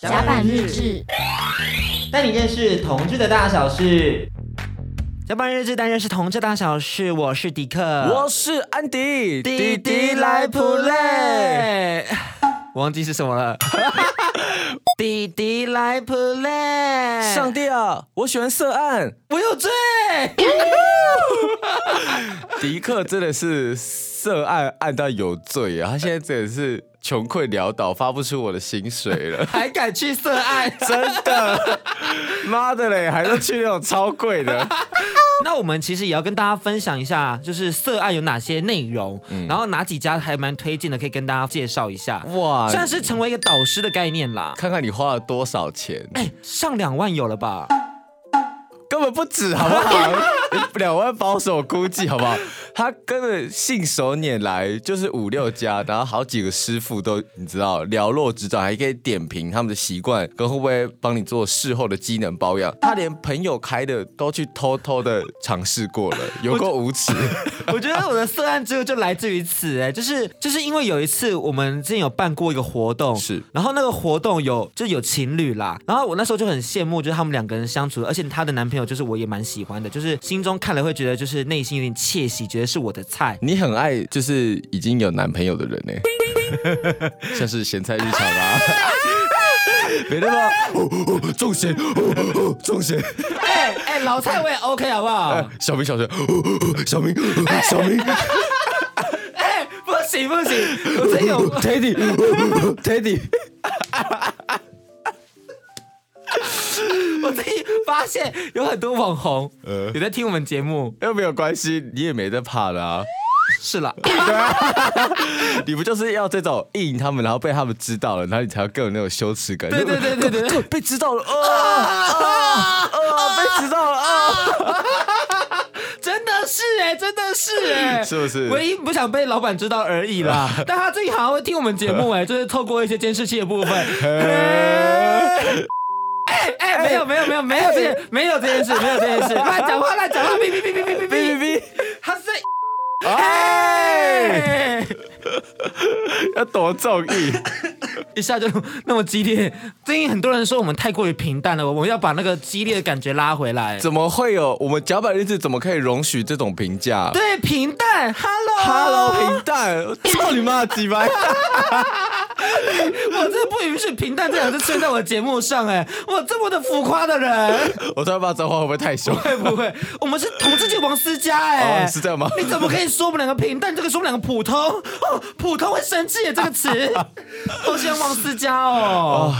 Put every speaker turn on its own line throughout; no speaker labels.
甲板日志，
带你认识同志的大小事。
甲板日志单元是同志大小事，我是迪克，
我是安迪，
弟弟来 play，忘记是什么了。 弟弟来 play，
上帝啊，我喜欢色案。
我有罪。。
迪克真的是涉案案到有罪啊！他现在真的是穷困潦倒，发不出我的薪水 了
还敢去涉案？
真的，妈的嘞，还是去那种超贵的。
那我们其实也要跟大家分享一下，就是涉案有哪些内容，然后哪几家还蛮推荐的，可以跟大家介绍一下。
哇
算是成为一个导师的概念啦。
看看你花了多少钱，
哎，上两万有了吧？
根本不止，好不好？ 两万保守估计，好不好？他根本信手拈来，就是五六家，然后好几个师傅都你知道了若指掌，还可以点评他们的习惯，跟会不会帮你做事后的机能保 养。他连朋友开的都去偷偷的尝试过了，有够无 耻。
我觉得我的涉案之路就来自于此、哎，就是就是因为有一次我们之前有办过一个活动，
是
然后那个活动有就有情侣啦，然后我那时候就很羡慕，就是他们两个人相处，而且她的男朋友就是我也蛮喜欢的，就是心中看了会觉得就是内心有点窃喜，觉得是我的 菜。
你很爱就是已经有男朋友的人 呢、像是咸菜日常 啊，别那么哦哦中邪哦哦中邪。
哎哎，老蔡我也 OK 好不好？
啊小明，小学， 小 明，小明
哎，不行不行，我真 有。
，Teddy，Teddy，
我自己发现有很多网红
呃
有在听我们节目，
又没有关系，你也没在怕的 啊。
是啦，
你不就是要这种应他们，然后被他们知道了，然后你才要更有那种羞耻感？
对对对对对对，
被知道了啊
哦
啊啊！被知道了啊！
真的是哎、真的是哎、
是不是
唯一不想被老板知道而已 啦。但他最近好像会听我们节目哎、就是透过一些监视器的部分。 哎 哎，没有没有没有没有这件没有这件事没有这件 事，乱讲话乱讲话，哔哔哔哔哔哔
哎哔
哔，
哔啊
他是在
哔！哎，
哎，
要多中意？
一下就那么激烈。最近很多人说我们太过于平淡了，我们要把那个激烈的感觉拉回来。
怎么会有？我们甲板日志怎么可以容许这种评价？
对，平淡，Hello
，Hello，平淡，操你妈的鸡 巴！
我真的不允许“平淡”这两个字出现在我的节目上、哎，我这么的浮夸的人，
我突然骂脏话会不会太凶？
会不会？我们是同志界王思佳、哎、
哦是这样吗
你怎么可以说我们两个平淡，这个说我们两个普通？哦，普通会生气耶这个 词，好喜欢王思佳哦。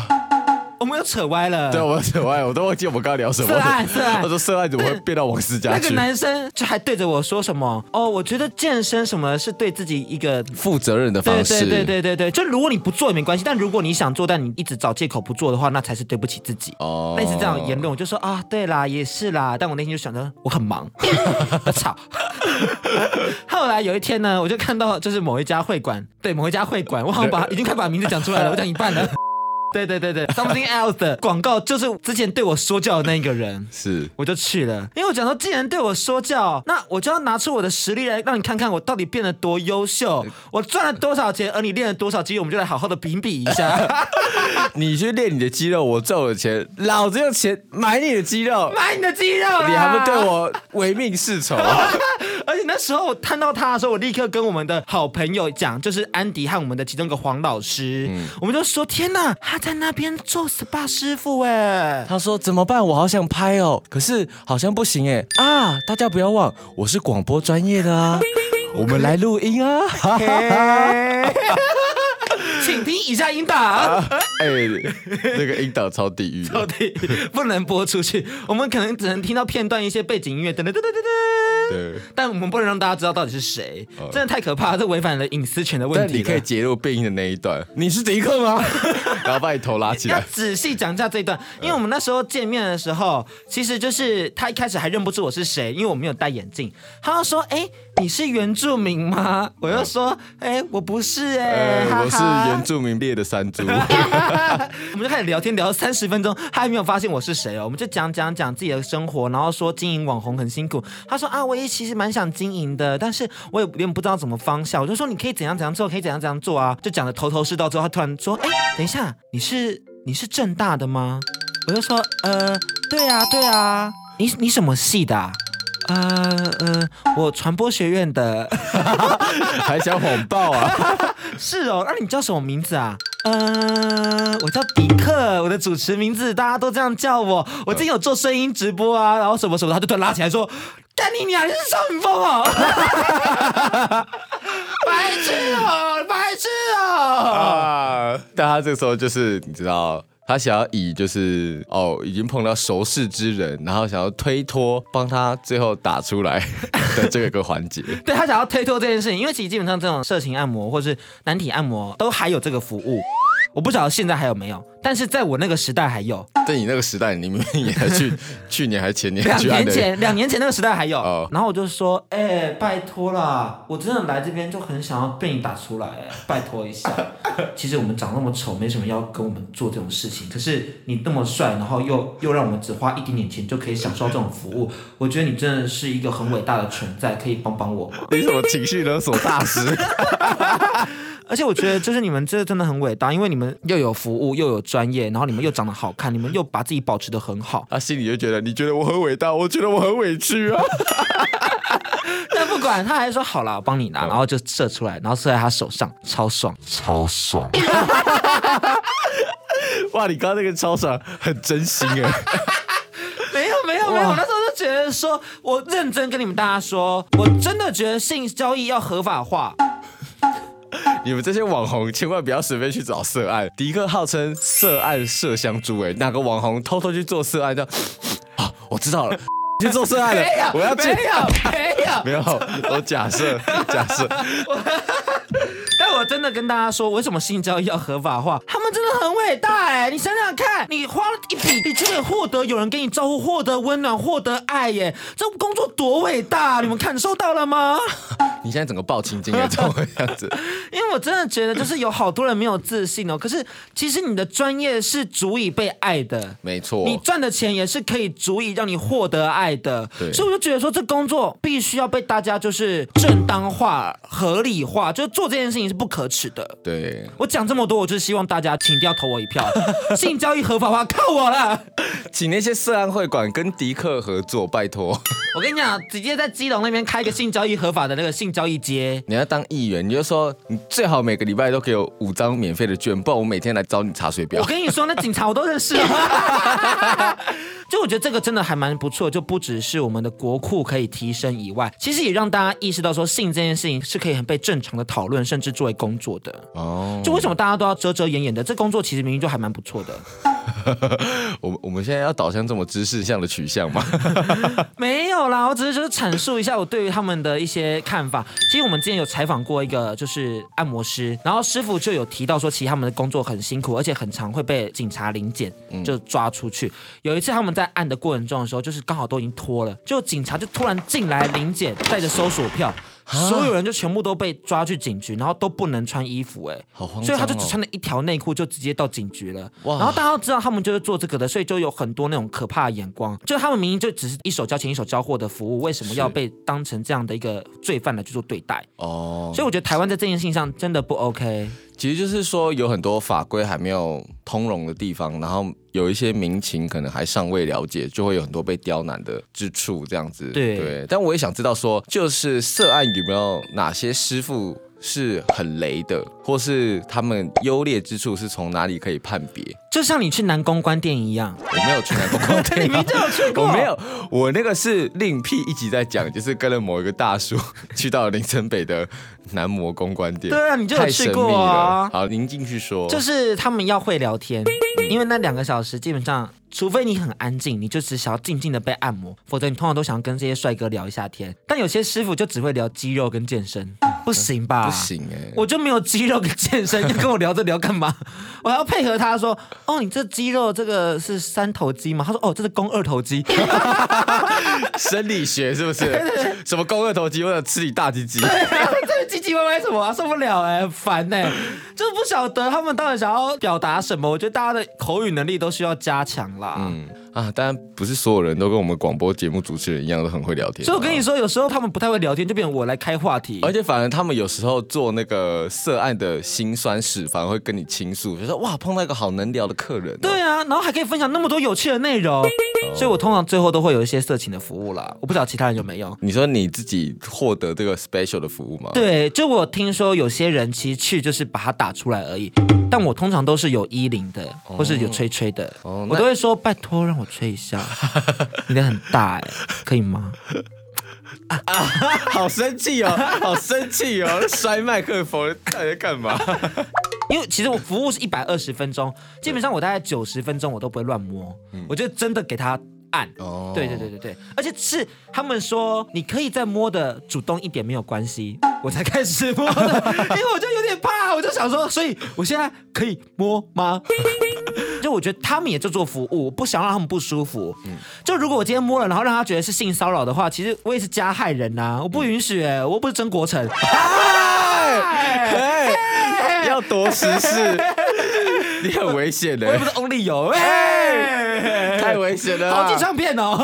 我们又扯歪了。
对，我扯歪，我都忘记我们刚刚聊什么。
涉案涉案
他说涉案怎么会变到王思佳
那
去？
个男生就还对着我说什么哦，我觉得健身什么是对自己一个
负责任的
对
方式，
对对对对对，就如果你不做也没关系，但如果你想做，但你一直找借口不做的话，那才是对不起自己。
哦
类似这样的言论，我就说啊，对啦，也是啦，但我内心就想着我很 忙，我操。后来有一天呢，我就看到就是某一家会馆，对某一家会馆，我好像把已经快把名字讲出来了，我讲一半 了。对对对对，something else 的广告就是之前对我说教的那一个人。
是
我就去了，因为我讲说，既然对我说教，那我就要拿出我的实力来让你看看我到底变得多优秀，我赚了多少钱，而你练了多少肌肉，我们就来好好的评比一 下，
你去练你的肌肉，我赚我的钱，老子用钱买你的肌肉，
买你的肌肉啊啦
你还不对？我唯命是从？
而且那时候我看到他的时候，我立刻跟我们的好朋友讲，就是安迪和我们的其中一个黄老师，
嗯
我们就说：天哪，他在那边做 SPA 师傅哎、
他说怎么办？我好想拍哦，可是好像不行哎啊！大家不要忘，我是广播专业 的啊，我们来录音啊！
请听以下引导。
哎，那个音档超地狱的，
到底不能播出去，我们可能只能听到片段一些背景音乐，噔噔噔噔噔噔。
对。哦
但我们不能让大家知道到底是谁，真的太可怕了，这违反了隐私权的问
但
题了。
你可以截录变音的那一段，你是迪克吗？ 然后把你头拉起
要
来。嗯
仔细讲一下这一段，因为我们那时候见面的时候，其实就是他一开始还认不出我是谁，因为我没有戴眼镜。他就说：“哎、你是原住民吗？”我就说：“哎、我不是哎、
呃，
哈哈
我是原住民列的山猪，
我们就开始聊天，聊了三十分钟，他还没有发现我是谁哦。我们就讲讲讲自己的生活，然后说经营网红很辛苦。他说啊，我也其实蛮想经营的，但是我也有点不知道怎么方向。我就说你可以怎样怎样做，可以怎样怎样做啊，就讲的头头是道之后，他突然说，哎，等一下，你是你是正大的吗？”我就说：“呃，对啊，对啊。你你什么系的、啊？”呃呃，我传播学院的。
还想谎报啊？
是哦，那你叫什么名字啊？呃，我叫迪克，我的主持名字大家都这样叫我。我之前有做声音直播啊，然后什么什么，他就突然拉起来说：“干你娘，你是上风哦！” 白痴哦，白痴哦！
啊！但他这个时候就是你知道，他想要以就是哦，已经碰到熟识之人，然后想要推脱帮他最后打出来的这个环 节。
对他想要推脱这件事情，因为其实基本上这种色情按摩或是男体按摩都还有这个服务，我不晓得现在还有没有，但是在我那个时代还有。
在你那个时代，你明明也还去去年还前年
两
去按
年
的，
前，两年前那个时代还有。
哦
然后我就说，哎、拜托啦，我真的来这边就很想要被你打出来、哎 拜托一下。其实我们长那么丑，没什么要跟我们做这种事情。可是你那么帅，然后又又让我们只花一点点钱就可以享受到这种服 务，我觉得你真的是一个很伟大的存在，可以帮帮我吗？
你怎么情绪勒索大师？
而且我觉得，就是你们这真的很伟大，因为你们又有服务，又有专业，然后你们又长得好看，你们又把自己保持得很好。
他心里就觉得你觉得我很伟大，我觉得我很委 屈啊。
但不管，他还说好啦，我帮你拿，然后就射出来，然后射在他手上，超爽。
哇，你刚刚那个超爽，很真心哎。
没有没有没有，
哇
我那时候就觉得说，我认真跟你们大家说，我真的觉得性交易要合法化。
你们这些网红千万不要随便去找涉案。迪克号称涉案麝香猪，哎，哪个网红偷偷去做涉案的？ 啊，我知道了， 去做涉案了，我要去
没。有没有，
没有，我假设假设，
但我真的跟大家说，为什么性交易要合法化？他们真的很伟大哎、你想想看，你花了一笔，你就可以获得有人给你照顾，获得温暖，获得爱耶、这工作多伟大、你们感受到了吗？
你现在整个爆青筋哎，怎么会这样子？
因为我真的觉得，就是有好多人没有自信哦。可是其实你的专业是足以被爱的。
没错，
你赚的钱也是可以足以让你获得爱的，
对
所以我就觉得说，这工作必须要被大家就是正当化、合理化，就是做这件事情是不可耻的。
对，
我讲这么多，我就是希望大家请一定要投我一票，性交易合法化靠我了。
请那些涉案会馆跟迪克合作，拜托。
我跟你讲，直接在基隆那边开一个性交易合法的那个性交易街，
你要当议员，你就说你最好每个礼拜都给我五张免费的券，不然我每天来找你查水表
我。跟你说，那警察我都认 识。就我觉得这个真的还蛮不错，就不只是我们的国库可以提升以外，其实也让大家意识到说性这件事情是可以很被正常的讨论，甚至作为工作的。
哦，
就为什么大家都要遮遮掩掩的？这工作其实明明就还蛮不错的。
我们我们现在要导向这么知识向的取向吗？
没有啦，我只是就是阐述一下我对于他们的一些看法。其实我们之前有采访过一个就是按摩师，然后师傅就有提到说，其实他们的工作很辛苦，而且很常会被警察临检
嗯
就抓出去。有一次他们在按的过程中的时候，就是刚好都已经脱了，就警察就突然进来临检，带着搜索票。
啊
所有人就全部都被抓去警局，然后都不能穿衣服、哎，
好慌张哦
所以他就只穿了一条内裤就直接到警局了。
哇
然后大家都知道他们就是做这个的，所以就有很多那种可怕的眼光，就他们明明就只是一手交钱一手交货的服务，为什么要被当成这样的一个罪犯来去做对待？
哦，
所以我觉得台湾在这件事情上真的不 OK。
其实就是说有很多法规还没有通融的地方，然后有一些民情可能还尚未了解，就会有很多被刁难的之处，这样子。
对
但我也想知道说，就是涉案有没有哪些师傅是很雷的，或是他们优劣之处是从哪里可以判别？
就像你去南公关店一样，
我没有去南宫光
你明明就有去过，
我没。有，我那个是另辟一集在讲，就是跟了某一个大叔去到了林森北的南模公关店。
对啊你就有
太
去
神
过
秘
啊
了好，您进去说。
就是他们要会聊天，因为那两个小时基本上，除非你很安静，你就只想要静静的被按摩，否则你通常都想要跟这些帅哥聊一下天。但有些师傅就只会聊肌肉跟健身，不行欸吧？
不。行哎、
我就没有肌肉跟健身，要跟我聊这聊干嘛？我还要配合他说，哦，你这肌肉这个是三头肌吗？他说，哦，这是肱二头肌。 哎
生理学是不是？ 什么肱二头肌或者吃你大鸡鸡？
这唧唧歪歪什么啊？受不了哎、很烦哎、就是不晓得他们到底想要表达什么。我觉得大家的口语能力都需要加强啦。
嗯啊，当然不是所有人都跟我们广播节目主持人一样都很会聊天。
所以我跟你
说，
说，有时候他们不太会聊天，就变成我来开话题。
而且反而他们有时候做那个涉案的辛酸史，反而会跟你倾诉，就说哇，碰到一个好能聊的客人、哦。
对啊，然后还可以分享那么多有趣的内容，
哦
所以我通常最后都会有一些色情的服务啦。我不知道其他人有没有。
你说你自己获得这个 special 的服务吗？，
对，就我听说有些人其实去就是把它打出来而已，但我通常都是有衣领的，或是有吹吹的，
哦
我
那
都会说拜托让我吹一 下，你的很大哎、可以吗？
好生气哦，好生气哦，摔麦克风，到底在 干嘛？
因为其实我服务是一百二十分钟，基本上我大概九十分钟我都不会乱摸，我就真的给他按。
哦
对对对对对，而且是他们说你可以再摸的主动一点没有关系，我才开始摸的，因为我就有点怕，我就想说，所以我现在可以摸吗？就我觉得他们也在做服务，我不想让他们不舒服。就如果我今天摸了，然后让他觉得是性骚扰的话，其实我也是加害人呐、我不允许、欸，我又不是曾国成。
哎，要多实事，你很危险
我又
的
不，是 only 有，哎、
太危险了
好
啊。
几张片哦。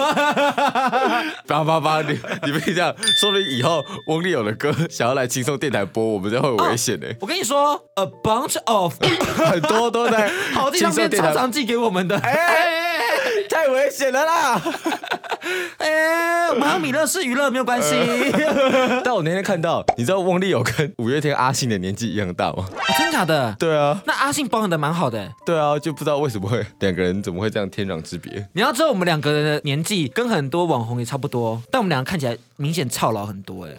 叭叭叭，你你们这样，说不定以后翁立友的歌想要来轻松电台播，我们这会很危险的、
我跟你说，a bunch of
很多都 在
好几
轻
张
松
片
电
常
台，
常寄给我们的。哎
哎、太危险了 啦！
哎，我们还有米勒是娱乐没有关系，
但我那天看到，你知道翁立友跟五月天阿信的年纪一样大吗？
真假的？
对啊，
那阿信保养的蛮好的。
对啊，就不知道为什么会两个人怎么会这样天壤之别。
你要知道，我们两个人的年纪跟很多网红也差不多，但我们两个看起来明显操劳很多哎、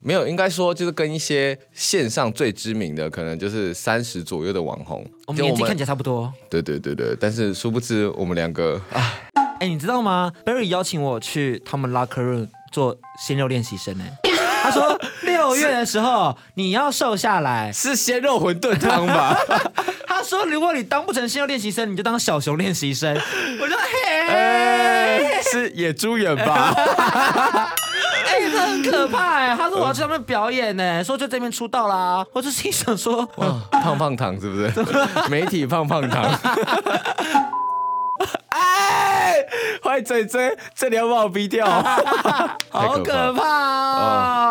没有，应该说就是跟一些线上最知名的，可能就是三十左右的网红，
我们年纪
就
看起来差不多。
对对对对，但是殊不知我们两个
哎，你知道吗？Barry 邀请我去他们 locker room 做鲜肉练习生哎、他说六月的时候你要瘦下来，
是鲜肉馄饨汤吧？
他说：“如果你当不成鲜肉练习生，你就当小熊练习生。”我说：“嘿，
哎，是野猪眼 吧？
哎、这很可怕哎、他说：“我要去上面表演呢、说就这边出道啦。”我就心想说
哇，胖胖糖是不 是？媒体胖胖糖。哎，坏嘴嘴，这里要把我逼 掉。：“
好可怕、
哦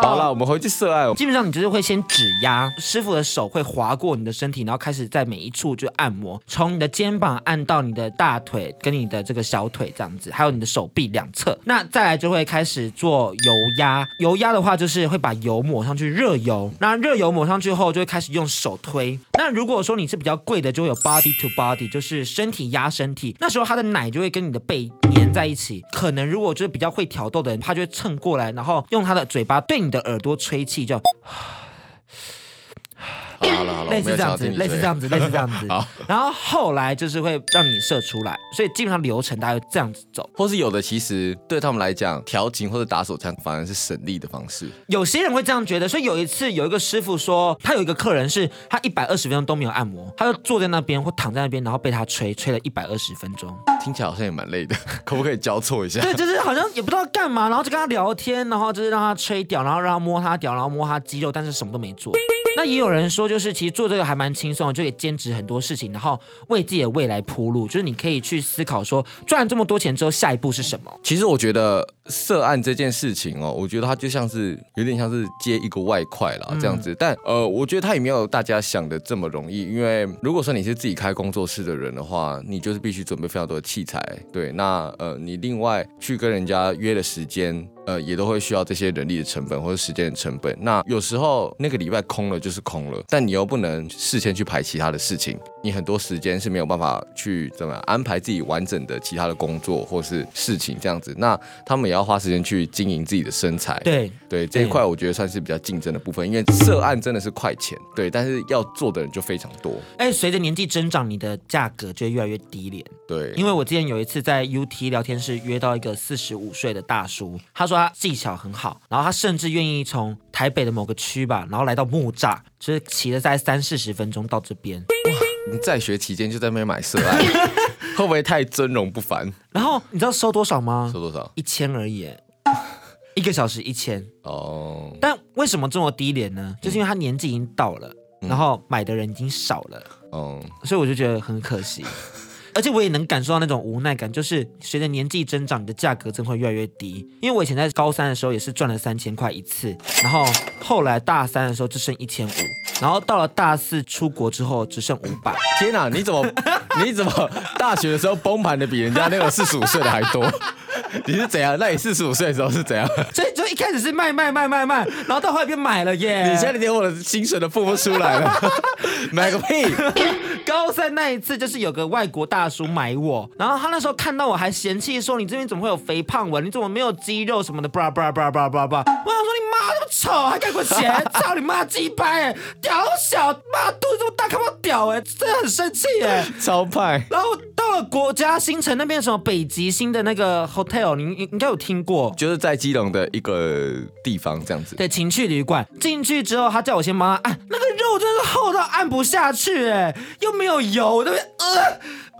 哦！”
好了，我们回去涉案。
基本上你就是会先指压，师傅的手会划过你的身体，然后开始在每一处就按摩，从你的肩膀按到你的大腿跟你的这个小腿这样子，还有你的手臂两侧。那再来就会开始做油压，油压的话就是会把油抹上去热油，那热油抹上去后就会开始用手推。那如果说你是比较贵的，就会有 body to body，就是身体压身体，那时候它的奶就会跟你的背粘在一起。可能如果就是比较会挑逗的人，他就会蹭过来，然后用他的嘴巴对你的耳朵吹气，就。
好了好了，
类似这样子，类似这样
子。
子，类似这样子
好。
然后后来就是会让你射出来，所以基本上流程大概就这样子走。
或是有的，其实对他们来讲，调情或者打手枪反而是省力的方式。
有些人会这样觉得，所以有一次有一个师傅说，他有一个客人是他一百二十分钟都没有按摩，他就坐在那边或躺在那边，然后被他吹，吹了一百二十分钟。
听起来好像也蛮累的，可不可以交错一下？
对，就是好像也不知道干嘛，然后就跟他聊天，然后就是让他吹屌，然后让他摸他屌，然后摸他肌肉，但是什么都没做。那也有人说，就是其实做这个还蛮轻松的，就可以兼职很多事情，然后为自己的未来铺路，就是你可以去思考说，赚了这么多钱之后，下一步是什么。
其实我觉得涉案这件事情哦，我觉得它就像是有点像是接一个外快啦，这样子。但呃，我觉得它也没有大家想的这么容易，因为如果说你是自己开工作室的人的话，你就是必须准备非常多的器材。对，那呃，你另外去跟人家约的时间。呃，也都会需要这些人力的成本或者时间的成本。那有时候那个礼拜空了就是空了，但你又不能事先去排其他的事情，你很多时间是没有办法去怎么样安排自己完整的其他的工作或是事情这样子。那他们也要花时间去经营自己的身材。
对，
对这一块，我觉得算是比较竞争的部分，因为涉案真的是快钱，对，但是要做的人就非常多，
哎，随着年纪增长，你的价格就会越来越低廉。
对，
因为我之前有一次在 UT 聊天室约到一个四十五岁的大叔，他说他技巧很好，然后他甚至愿意从台北的某个区吧，然后来到木栅，就是骑了大概三四十分钟到这边。
你在学期间就在那边买涉 案，会不会太尊荣不凡？
然后你知道收多少吗
收？多少？
一千而已耶，一个小时一千。
哦，
但为什么这么低廉呢？就是因为他年纪已经到了，然后买的人已经少了，
嗯，
所以我就觉得很可惜。而且我也能感受到那种无奈感，就是随着年纪增长，你的价格真会越来越低。因为我以前在高三的时候也是赚了三千块一次，然后后来大三的时候只剩一千五，然后到了大四出国之后只剩五百。
天哪、你怎么 你怎么大学的时候崩盘的比人家那个四十五岁的还多？你是怎样？那你四十五岁的时候是怎样？
所以就一开始是卖卖卖卖卖，然后到后来变买了耶。
你现在连我的薪水都付不出来 了，买个屁！
高三那一次，就是有个外国大叔买我，然后他那时候看到我还嫌弃说：“你这边怎么会有肥胖纹？你怎么没有肌肉什么的？”布拉布拉布拉布拉布拉。我想说你妈这么丑，还给我钱，操你妈鸡掰哎，屌小妈肚子这么大，看不到屌哎，真的很生气哎。
超派，
然后到了国家新城那边什么北极星的那个 hotel，你你应该有听过。
就是在基隆的一个地方这样子。
对，情趣旅馆进去之后，他叫我先帮他按，那个肉真的是厚到按不下去，哎，又没有油，我那边呃。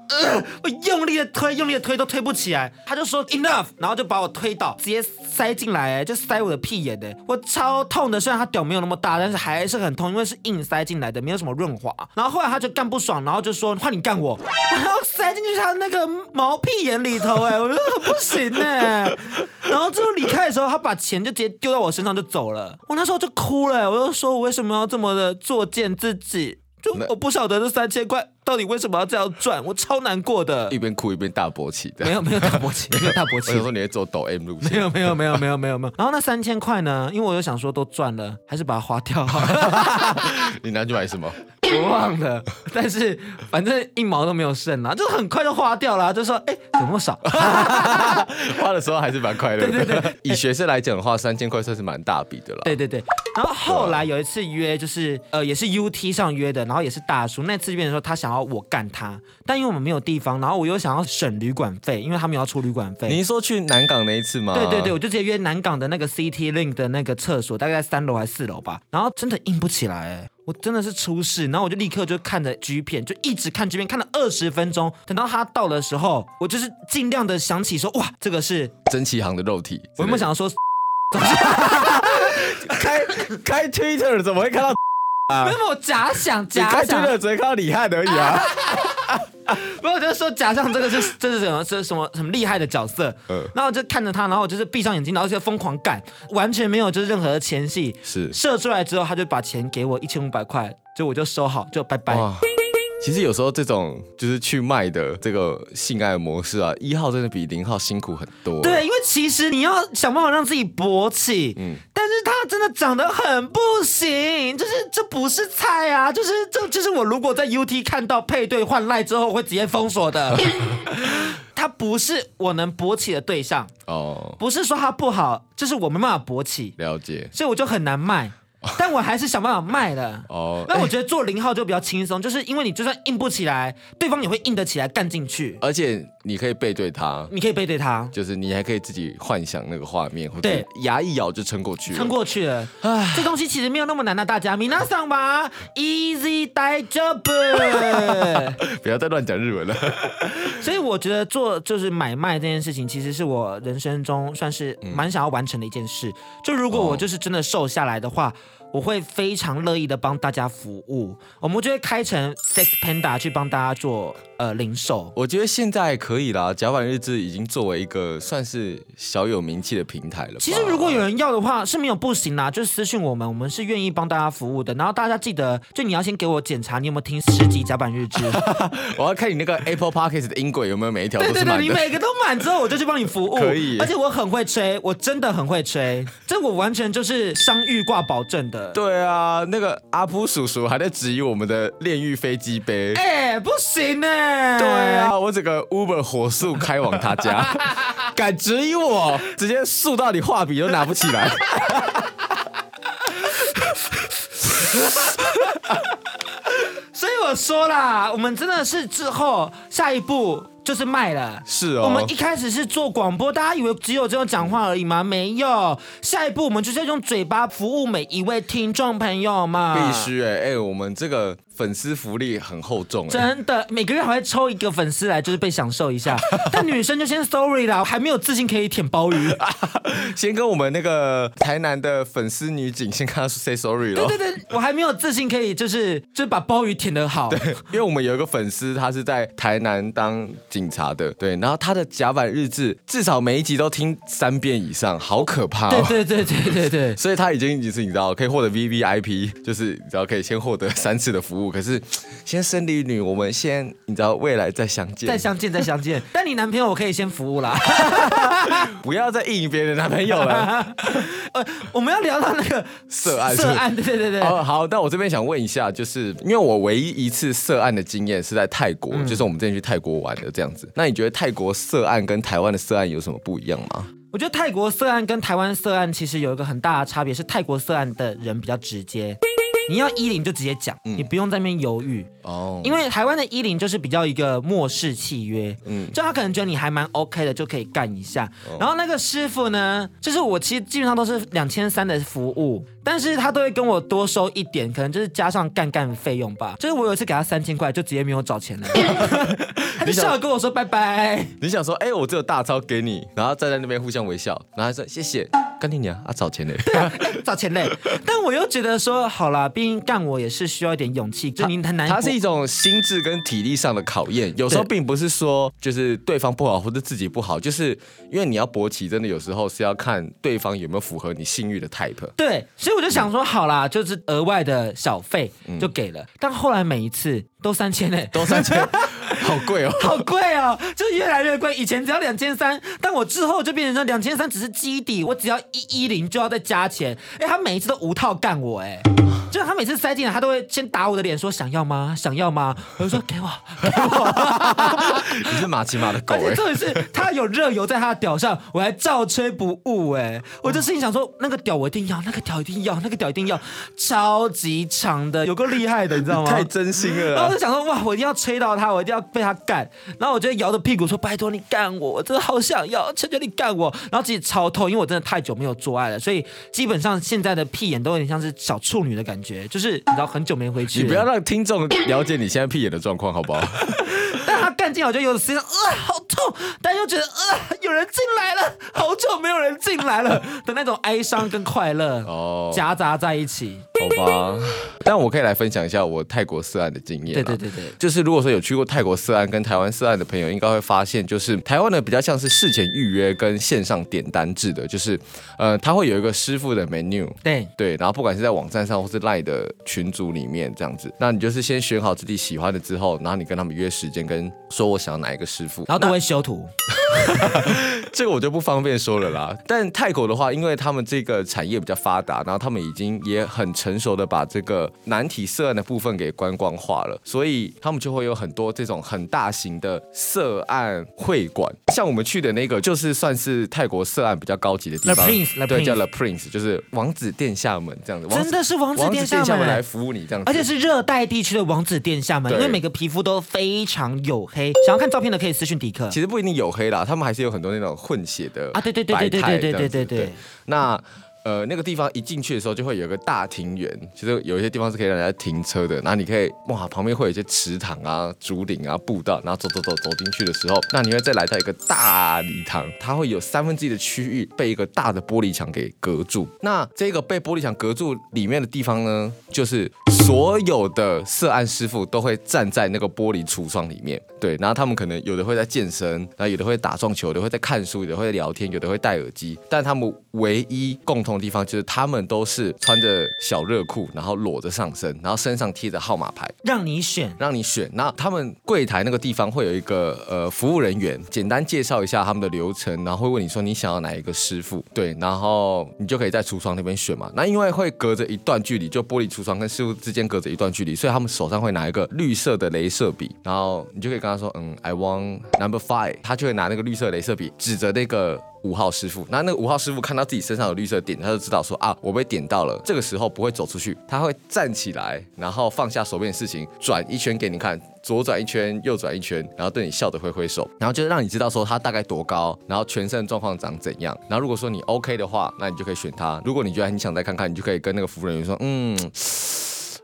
呃，我用力的推，用力的推都推不起来，他就说 enough，然后就把我推倒，直接塞进来，哎就塞我的屁眼的，哎我超痛的。虽然他屌没有那么大，但是还是很痛，因为是硬塞进来的，没有什么润滑。然后后来他就干不爽，然后就说换你干我，然后塞进去他那个毛屁眼里头，哎，我觉得很不行哎。然后最后离开的时候，他把钱就直接丢到我身上就走了。我那时候就哭了，哎我就说我为什么要这么的作践自己？就
那
我不晓得这三千块到底为什么要这样赚，我超难过的
一。边哎哭一边大勃起的。
没有没有大勃起，没有大勃
我
起
想，说你会走抖 M 路
没
线，
有没有没有没有没有没有。然后那三千块呢？因为我又想说都赚了，还是把它花掉好了。
你拿去买什么？
我忘了，但是反正一毛都没有剩啦，就很快就花掉了。就说哎，怎么那么少？
花的时候还是蛮快乐的。对对对，以学生来讲的话，三千块算是蛮大笔的了。
对对对，然后后来有一次约，就是呃，也是 UT 上约的，然后也是大叔。那次变成说他想要我干他，但因为我们没有地方，然后我又想要省旅馆费，因为他们要出旅馆费。
你是说去南港那一次吗？
对对对，我就直接约南港的那个 CT Link 的那个厕所，大概在三楼还是四楼吧。然后真的硬不起来、欸，我真的是出事。然后我就立刻就看着 G 片，就一直看 G 片，看了二十分钟。等到他到的时候，我就是尽量的想起说，哇，这个是
曾启航的肉体。
我有没有想说
开开 Twitter 怎么会看到？
没有，我假想
你
假
开
想，
Twitter 只会看到李翰而 已啊。
没有，我就说假象这个是这是什么这是什么什么厉害的角色，
嗯
然后我就看着他，然后我就是闭上眼睛，然后就疯狂干，完全没有就是任何的前戏。
是
射出来之后，他就把钱给我一千五百块，就我就收好，就拜拜。
哇。其实有时候这种就是去卖的这个性爱模式啊，一号真的比零号辛苦很多。
对，因为其实你要想办法让自己勃起，
嗯
但是他真的长得很不行，就是这不是菜啊，就是这就是我如果在 UT 看到配对换赖之后会直接封锁 的，他不是我能勃起的对象。
哦，
不是说它不好，就是我没办法勃起，
了解
所以我就很难卖。但我还是想办法卖的。
哦。
那我觉得做零号就比较轻松，就是因为你就算硬不起来，对方也会硬得起来干进去。
而且你可以背对他，
你可以背对他，
就是你还可以自己幻想那个画面，或者
对
牙一咬就撑过去了。
撑过去了。这东西其实没有那么难的、啊大家米娜桑吧，easy 呆 job。
不要再乱讲日文了。
所以我觉得做就是买卖这件事情，其实是我人生中算是蛮想要完成的一件事。就如果我就是真的瘦下来的话，我会非常乐意的帮大家服务，我们就会开成 Sex Panda 去帮大家做呃零售。
我觉得现在可以啦，甲板日志已经作为一个算是小有名气的平台了吧。
其实如果有人要的话是没有不行啦，就是私信我们，我们是愿意帮大家服务的。然后大家记得，就你要先给我检查你有没有听十集甲板日志，
我要看你那个 Apple Podcast 的音轨有没有每一条
对
都
对
是
对，
满
你
的。
每个都满之后，我就去帮你服务。
可以
而且我很会吹，我真的很会吹，这我完全就是商誉挂保证的。
对啊，那个阿扑叔叔还在质疑我们的炼狱飞机杯。
哎、不行呢、
对，啊，我整个 Uber 火速开往 他家，敢质疑我，直接速到你画笔都拿不起 来。
所以我说啦，我们真的是之后下一步就是卖了。
是哦，
我们一开始是做广播，大家以为只有这种讲话而已吗？没有，下一步我们就是要用嘴巴服务每一位听众朋友嘛。
必须哎、欸、哎、我们这个粉丝福利很厚重哎、
真的，每个月还会抽一个粉丝来，就是被享受一下。但女生就先 sorry 啦，我还没有自信可以舔鲍鱼。
先跟我们那个台南的粉丝女警先跟她 say sorry
对
咯。
对对，我还没有自信可以就是就是把鲍鱼舔得好。
因为我们有一个粉丝，他是在台南当警察的，对，然后他的甲板日志至少每一集都听三遍以上，好可怕、哦。
对对对对对对，
所以他已经就是你知道可以获得 V V I P，就是你知道可以先获得 三次的服务。可是先生理女，我们先你知道未来再相见，
再相见再相见。但你男朋友我可以先服务 啦。
不要再应别人男朋友了。
呃，我们要聊到那个
涉案
涉案，对对 对对。
哦，好，那我这边想问一下，就是因为我唯一一次涉案的经验是在泰国，
嗯
就是我们之前去泰国玩的这样子。那你觉得泰国涉案跟台湾的涉案有什么不一样吗？
我觉得泰国色案跟台湾色案其实有一个很大的差别，是泰国色案的人比较直接，
嗯
你要一零就直接讲，你不用在那边犹豫。
哦，
因为台湾的一零就是比较一个漠视契约，嗯，就他可能觉得你还蛮 OK 的，就可以干一下。然后那个师傅呢，就是我其实基本上都是两千三的服务，但是他都会跟我多收一点，可能就是加上干干费用吧。就是我有一次给他三千块，就直接没有找钱了，他就笑着跟我说拜拜。
你想说，哎、我只有大钞给你，然后站在那边互相微笑，然后他说谢谢，干你娘啊，找钱嘞。
找钱嘞，但我又觉得说，好啦，毕竟干我也是需要一点勇气，就你很难。
它是一种心智跟体力上的考验，有时候并不是说就是对方不好或者自己不好，就是因为你要勃起，真的有时候是要看对方有没有符合你性欲 的 type。
对，所以我就想说，好啦，就是额外的小费就给了，但后来每一次都三千嘞，
都三千，好贵哦。
好贵哦，就越来越贵。以前只要两千三，但我之后就变成说两千三只是基底，我只要一一零就要再加钱。哎，他每一次都无套干我，哎，就是他每次塞进来，他都会先打我的脸说想要吗？想要吗？我就说给我，
你是马奇马的狗
而
哎、
且重点是， 他有热油在他的屌上，我还照吹不误哎、我就心里想说，那个屌我一定要，那个屌一定要，那个屌一定要，超级长的，有个厉害的，你知道吗？
太真心 了
然后我
啦。
就想说，哇，我一定要吹到他，我一定要被他干。然后我就摇着屁股说，拜托你干我，我真的好想要，求求你干我。然后自己超痛，因为我真的太久没有做爱了，所以基本上现在的屁眼都有点像是小处女的感觉，就是你知道很久没回去了。
你不要让听众了解你现在屁眼的状况，好不好？
但他干进来，我就有时间，呃，好痛，但又觉得，呃，有人进来了，好久没有人进来了的那种哀伤跟快乐，
哦
夹杂在一起。
好吧。但我可以来分享一下我泰国涉案的经验。啊
对对对对，
就是如果说有去过泰国涉案跟台湾涉案的朋友，应该会发现，就是台湾的比较像是事前预约跟线上点单制的，就是呃，它会有一个师傅的 menu。
对，
对，然后不管是在网站上或是 LINE 的群组里面这样子，那你就是先选好自己喜欢的之后，然后你跟他们约时间，跟说我想要哪一个师傅，
然后都会修图，
这个我就不方便说了啦。但泰国的话，因为他们这个产业比较发达，然后他们已经也很成熟的把这个难题涉案的部分给观光化了，所以他们就会有很多这种很大型的涉案会馆。像我们去的那个，就是算是泰国涉案比较高级的地
The
方
Prince，The
对，
Prince
叫 The Prince，就是王子殿下们这样子。王
真
子
的是王子
王
殿
子
下
殿下们
们
来。服务你这样子，
而且是热带地区的王子殿下们，
对
因为每个皮肤都非常黝黑。想要看照片的可以私讯迪克。
其实不一定有黑啦，他们还是有很多那种混血的
嗯啊对对对对对
白菜
对对
这样子
对对对
那呃，那个地方一进去的时候，就会有一个大庭园，就是有一些地方是可以让人家停车的。然后你可以哇，旁边会有一些池塘啊、竹林啊、步道，然后走走走走进去的时候，那你会再来到一个大礼堂，它会有三分之一的区域被一个大的玻璃墙给隔住。那这个被玻璃墙隔住里面的地方呢，就是所有的涉案师傅都会站在那个玻璃橱窗里面，对，然后他们可能有的会在健身，然后有的会打撞球，有的会在看书，有的会聊天，有的会戴耳机，但他们唯一共同的地方就是他们都是穿着小热裤，然后裸着上身，然后身上贴着号码牌，
让你选，
让你选。那他们柜台那个地方会有一个呃服务人员，简单介绍一下他们的流程，然后会问你说你想要哪一个师傅，对，然后你就可以在橱窗那边选嘛。那因为会隔着一段距离，就玻璃橱窗跟师傅之间隔着一段距离，所以他们手上会拿一个绿色的镭射笔，然后你就可以跟他说，嗯，I want number five，他就会拿那个绿色镭射笔指着那个。五号师傅。那那个五号师傅看到自己身上有绿色点，他就知道说啊，我被点到了。这个时候不会走出去，他会站起来，然后放下手边的事情，转一圈给你看。左转一圈，右转一圈，然后对你笑着挥挥手，然后就让你知道说他大概多高，然后全身的状况长怎样。然后如果说你 OK 的话，那你就可以选他；如果你觉得很想再看看，你就可以跟那个服务人员说，嗯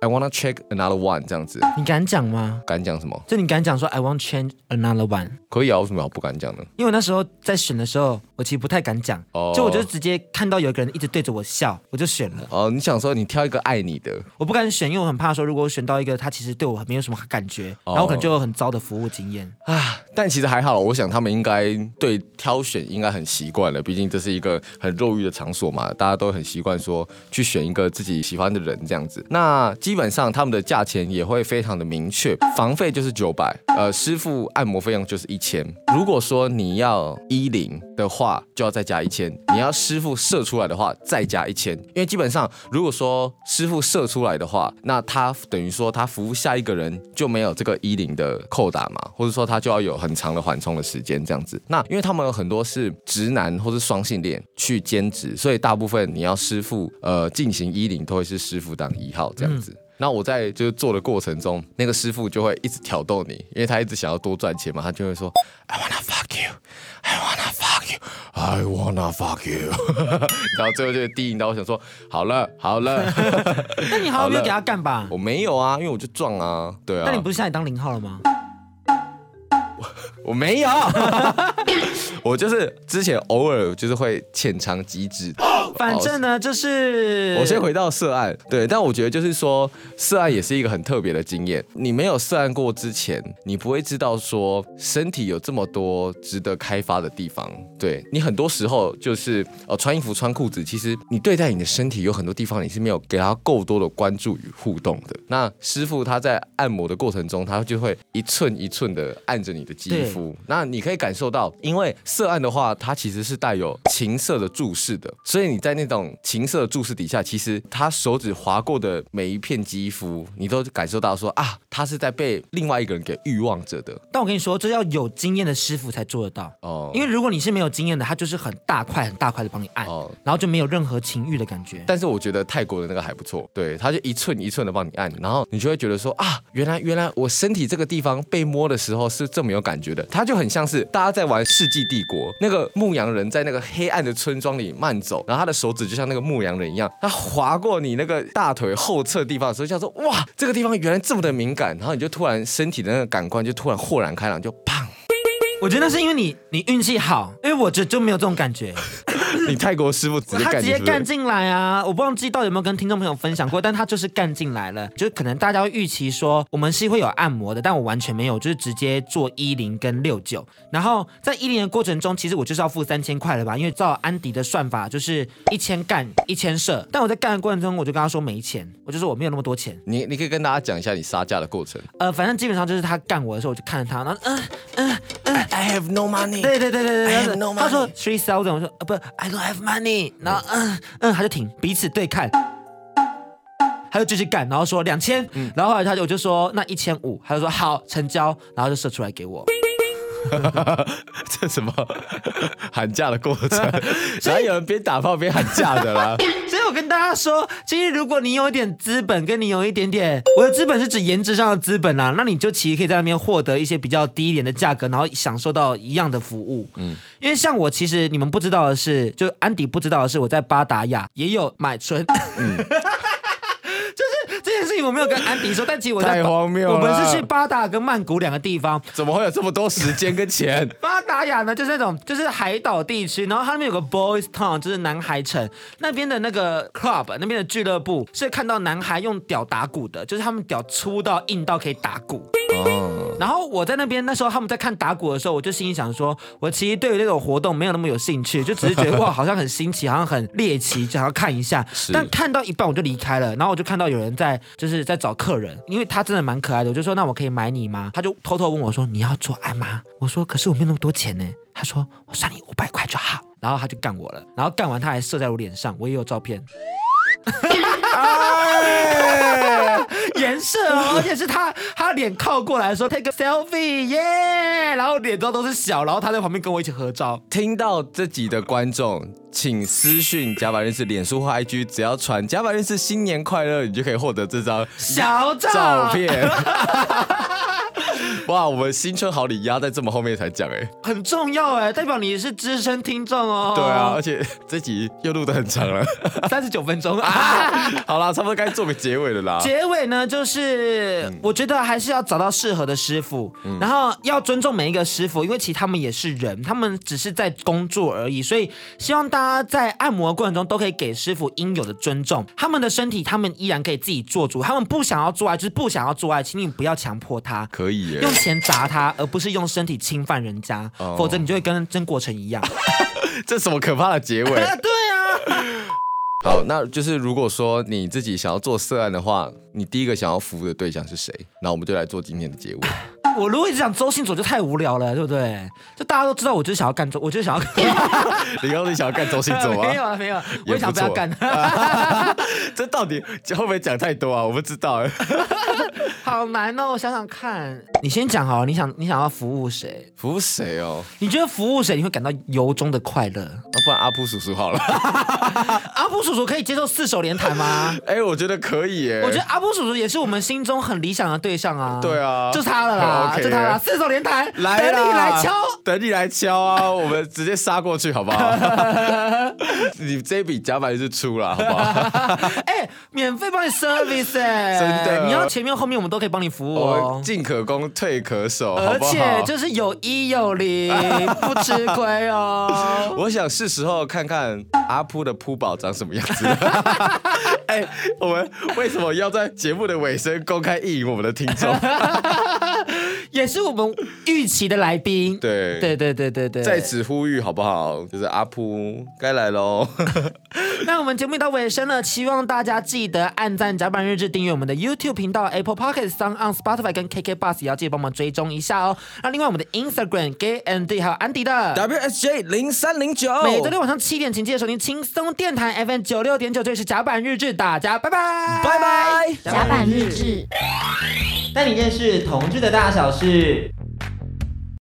，I wanna check another one 这样子。
你敢讲吗？
敢讲什么？
就你敢讲说 I want change another one？
可以啊，为什么我不敢讲呢？
因为我那时候在选的时候，我其实不太敢讲
哦，
就我就直接看到有一个人一直对着我笑，我就选了。
哦，你想说你挑一个爱你的，
我不敢选，因为我很怕说，如果我选到一个他其实对我没有什么感觉，
哦
然后我可能就有很糟的服务经 验。
啊，但其实还好，我想他们应该对挑选应该很习惯了，毕竟这是一个很肉欲的场所嘛，大家都很习惯说去选一个自己喜欢的人这样子。那基本上他们的价钱也会非常的明确，房费就是九百，呃，师傅按摩费用就是一千。如果说你要一零的话，就要再加一千；你要师傅射出来的话，再加一千。因为基本上如果说师傅射出来的话，那他等于说他服务下一个人就没有这个一零的扣打嘛，或者说他就要有很长的缓冲的时间这样子。那因为他们有很多是直男或是双性恋去兼职，所以大部分你要师傅呃进行一零都会是师傅当一号这样子。那我在就是做的过程中，那个师傅就会一直挑逗你，因为他一直想要多赚钱嘛，他就会说 I wanna fuck you, I wanna fuck you, I wanna fuck you，然后最后就低吟到我想说好了好了，
那你好
好
像没有
了
给他干吧？
我没有啊，因为我就撞啊，对啊，
那你不是现在当零号了吗？
哦我没有， 我就是之前偶尔就是会浅尝即止。
反正呢，就是
我先回到涉案，对，但我觉得就是说，涉案也是一个很特别的经验。你没有涉案过之前，你不会知道说身体有这么多值得开发的地方。对你很多时候就是呃穿衣服穿裤子，其实你对待你的身体有很多地方你是没有给他够多的关注与互动的。那师傅他在按摩的过程中，他就会一寸一寸的按着你的肌
对
肤。那你可以感受到，因为色暗的话，它其实是带有情色的注视的，所以你在那种情色的注视底下，其实他手指划过的每一片肌肤，你都感受到说啊，他是在被另外一个人给欲望着的。
但我跟你说，这要有经验的师傅才做得到。
哦
因为如果你是没有经验的，他就是很大块、很大块的帮你按，
哦
然后就没有任何情欲的感觉。
但是我觉得泰国的那个还不错，对，他就一寸一寸的帮你按，然后你就会觉得说啊，原来原来我身体这个地方被摸的时候是这么有感觉的，它就很像是大家在玩《世纪帝国》那个牧羊人在那个黑暗的村庄里慢走，然后他的手指就像那个牧羊人一样，他划过你那个大腿后侧地方的时候，叫做哇，这个地方原来这么的敏感，然后你就突然身体的那个感官就突然豁然开朗，就砰。
我觉得那是因为你你运气好，因为我这就没有这种感觉，
你泰国师傅直 接
他
干
直接
你是不是
干进来啊！我不忘记到底有没有跟听众朋友分享过，但他就是干进来了。就是可能大家会预期说我们是会有按摩的，但我完全没有，就是直接做一零跟六九。然后在一零的过程中，其实我就是要付三千块了吧，因为照安迪的算法就是一千干一千射，但我在干的过程中我就跟他说没钱，我就说我没有那么多钱。
你你可以跟大家讲一下你杀价的 过程。
呃，反正基本上就是他干我的时候，我就看着他，然后嗯、呃
I have no money。
对对对对
I
对
have
对
no
他说
money
three thousand，我说呃不，I don't have money，然后嗯嗯，他就停，彼此对看。他就继续干，然后说两千、
嗯
然后后来他就我就说那一千五，他就说好成交，然后就射出来给我。
这什么喊价 的过程？哪有人边打炮边喊价的啦？
所以我跟大家说，其实如果你有一点资本，跟你有一点点，我的资本是指颜值上的资本啦、啊那你就其实可以在那边获得一些比较低一点的价格，然后享受到一样的服务。嗯，因为像我其实你们不知道的是，就安迪不知道的是，我在巴达雅也有买春。
嗯
就是这件事情我没有跟安迪说，但其实我在
太荒谬了
我们是去巴达雅跟曼谷两个地方，
怎么会有这么多时间 跟钱？
巴达雅呢，就是那种就是海岛地区，然后它那边有个 Boys Town，就是男孩城，那边的那个 club，那边的俱乐部是看到男孩用屌打鼓的，就是他们屌粗到硬到可以打鼓。
哦，
然后我在那边那时候他们在看打鼓的时候，我就心里想说，我其实对于那种活动没有那么有兴趣，就只是觉得哇，好像很新奇，好像很猎奇，想要看一下。但看到一半我就离开了，然后我就看到有人在就是在找客人，因为他真的蛮可爱的，我就说那我可以买你吗？他就偷偷问我说你要做爱吗？我说可是我没有那么多钱呢。他说我算你五百块就好，然后他就干我了，然后干完他还射在我脸上，我也有照片。
哎，
颜色哦，而且是他他脸靠过来的时候 take a selfie 耶、然后脸都都是小，然后他在旁边跟我一起合照。
听到这集的观众，请私讯甲板日志脸书或 IG，只要传“甲板日志新年快乐”，你就可以获得这张
小照
照 片。哇，我们新春好礼压在这么后面才讲哎、
很重要哎，代表你是资深听众哦。
对啊，而，且这集又录得很长了。
三十九分钟 啊。
好啦，差不多该做个结尾了啦。
结尾呢，就是、
嗯
我觉得还是要找到适合的师傅，然后要尊重每一个师傅，因为其实他们也是人，他们只是在工作而已，所以希望大家在按摩的过程中都可以给师傅应有的尊重。他们的身体，他们依然可以自己做主，他们不想要做爱就是不想要做爱，请你不要强迫他。
可以耶、
用钱砸他，而不是用身体侵犯人家，
哦
否则你就会跟曾国成一样。
这什么可怕的结尾？
对啊，
好，那就是如果说你自己想要做色案的话，你第一个想要服务的对象是谁？那我们就来做今天的结尾。
我如果一直讲周星佐就太无聊了，对不对？就大家都知道，我就是想要干周，我就是想要干。
你刚刚想要干周星 走
没有
吗？
啊，没有啊，我
也
也想
不
被他
错
干。
这到底会不会讲太多啊？我不知道哎。
好难哦，我想想看。你先讲好了，你想你想要服务谁？
服务谁哦？
你觉得服务谁你会感到由衷的快乐？
啊、不然阿布叔叔好 了。
阿布叔叔可以接受四手联弹 吗？
哎、我觉得可以耶。
我觉得阿布叔叔也是我们心中很理想的对象啊。
对啊
就他了啦，
很 OK
就他了啦，四手联弹，
来啦
等你来 敲。，
等你来敲啊！我们直接杀过去好不 好？你这笔甲板是出了好不好？
哎、免费帮你 service 哎、
真的
你要前面后面我们都可以帮你服务
我
哦
们。进可攻，退可守，好
而
不好？
且就是有一有零，不吃亏哦。
我想是时候看看阿扑的扑宝长什么样子。哎、我们为什么要在节目的尾声公开意淫我们的听众？
也是我们预期的来宾。
对
对对对对对，
在此呼吁好不好？就是阿扑该来喽。
那我们节目到尾声了，希望大家记得按赞、甲板日志、订阅我们的 YouTube 频道、Apple Pocket、s o n On、Spotify 跟 KK Bus，也要记得帮忙追踪一下哦。那另外我们的 Instagram Gay and D 还有安迪的。
WSJ 零三零九，
每周六晚上七点，请记得收听轻松电台 FM 九六点九，这里是甲板日志，大家拜拜，
拜拜。
甲板日志。
带你认识同志的大小事。